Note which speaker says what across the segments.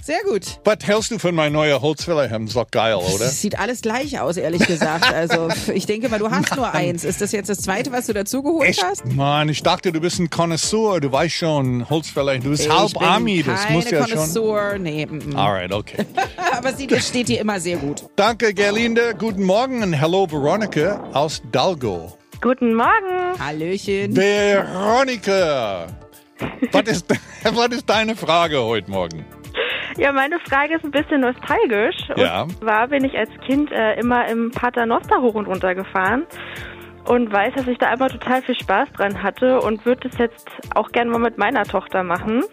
Speaker 1: Sehr gut.
Speaker 2: Was hältst du von meinem neuen Holzfällerhemd? Ist doch geil, oder?
Speaker 1: Das sieht alles gleich aus, ehrlich gesagt. Also, ich denke mal, du hast nur eins. Ist das jetzt das zweite, was du dazugeholt hast?
Speaker 2: Mann, ich dachte, du bist ein Connoisseur. Du weißt schon, Holzfäller, du bist halb
Speaker 1: ich bin
Speaker 2: Army. Das
Speaker 1: keine
Speaker 2: muss ja schon. Ah.
Speaker 1: Connoisseur. Nee, mm, mm.
Speaker 2: Alright, okay.
Speaker 1: Aber sie das steht dir immer sehr gut.
Speaker 2: Danke, Gerlinde. Guten Morgen und hello, Veronica aus Dalgo.
Speaker 3: Guten Morgen.
Speaker 1: Hallöchen.
Speaker 2: Veronica, was ist, was ist deine Frage heute Morgen?
Speaker 3: Ja, meine Frage ist ein bisschen nostalgisch.
Speaker 2: Ja.
Speaker 3: Und zwar bin ich als Kind äh, immer im Paternoster hoch und runter gefahren und weiß, dass ich da immer total viel Spaß dran hatte und würde das jetzt auch gerne mal mit meiner Tochter machen.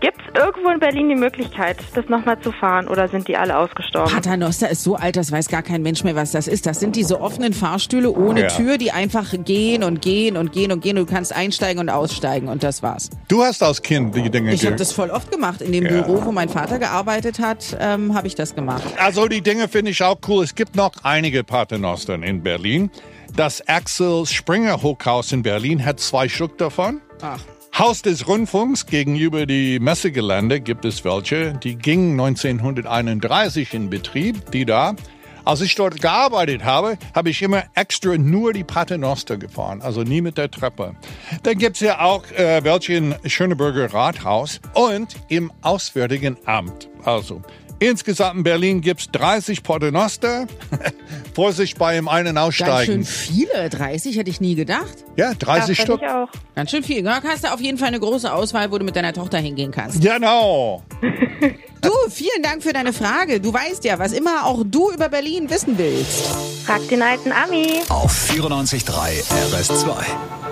Speaker 3: Gibt es irgendwo in Berlin die Möglichkeit, das nochmal zu fahren oder sind die alle ausgestorben?
Speaker 1: Paternoster ist so alt, das weiß gar kein Mensch mehr, was das ist. Das sind diese offenen Fahrstühle ohne
Speaker 2: Ja.
Speaker 1: Tür, die einfach gehen und gehen und gehen und gehen. Du kannst einsteigen und aussteigen und das war's.
Speaker 2: Du hast als Kind die Dinge
Speaker 1: Ich habe
Speaker 2: ge-
Speaker 1: das voll oft gemacht. In dem
Speaker 2: Ja.
Speaker 1: Büro, wo mein Vater gearbeitet hat, ähm, habe ich das gemacht.
Speaker 2: Also die Dinge finde ich auch cool. Es gibt noch einige Paternostern in Berlin. Das Axel Springer Hochhaus in Berlin hat zwei Stück davon.
Speaker 1: Ach.
Speaker 2: Haus des Rundfunks gegenüber die Messegelände gibt es welche. Die gingen 1931 in Betrieb, die da. Als ich dort gearbeitet habe, habe ich immer extra nur die Paternoster gefahren, also nie mit der Treppe. Dann gibt es ja auch äh, welche im Schöneburger Rathaus und im Auswärtigen Amt. Also insgesamt in Berlin gibt es 30 Paternoster. Vorsicht beim einen
Speaker 1: Ganz schön
Speaker 2: Aussteigen.
Speaker 1: viele. 30 hätte ich nie gedacht.
Speaker 2: Ja,
Speaker 3: Ja,
Speaker 2: 30
Speaker 3: fand
Speaker 2: Stück.
Speaker 3: ich auch.
Speaker 1: Ganz schön viel. Da hast du auf jeden Fall eine große Auswahl, wo du mit deiner Tochter hingehen kannst.
Speaker 2: Genau.
Speaker 1: Du, vielen Dank für deine Frage. Du weißt ja, was immer auch du über Berlin wissen willst.
Speaker 3: Frag den alten Ami.
Speaker 4: Auf 94.3 RS2.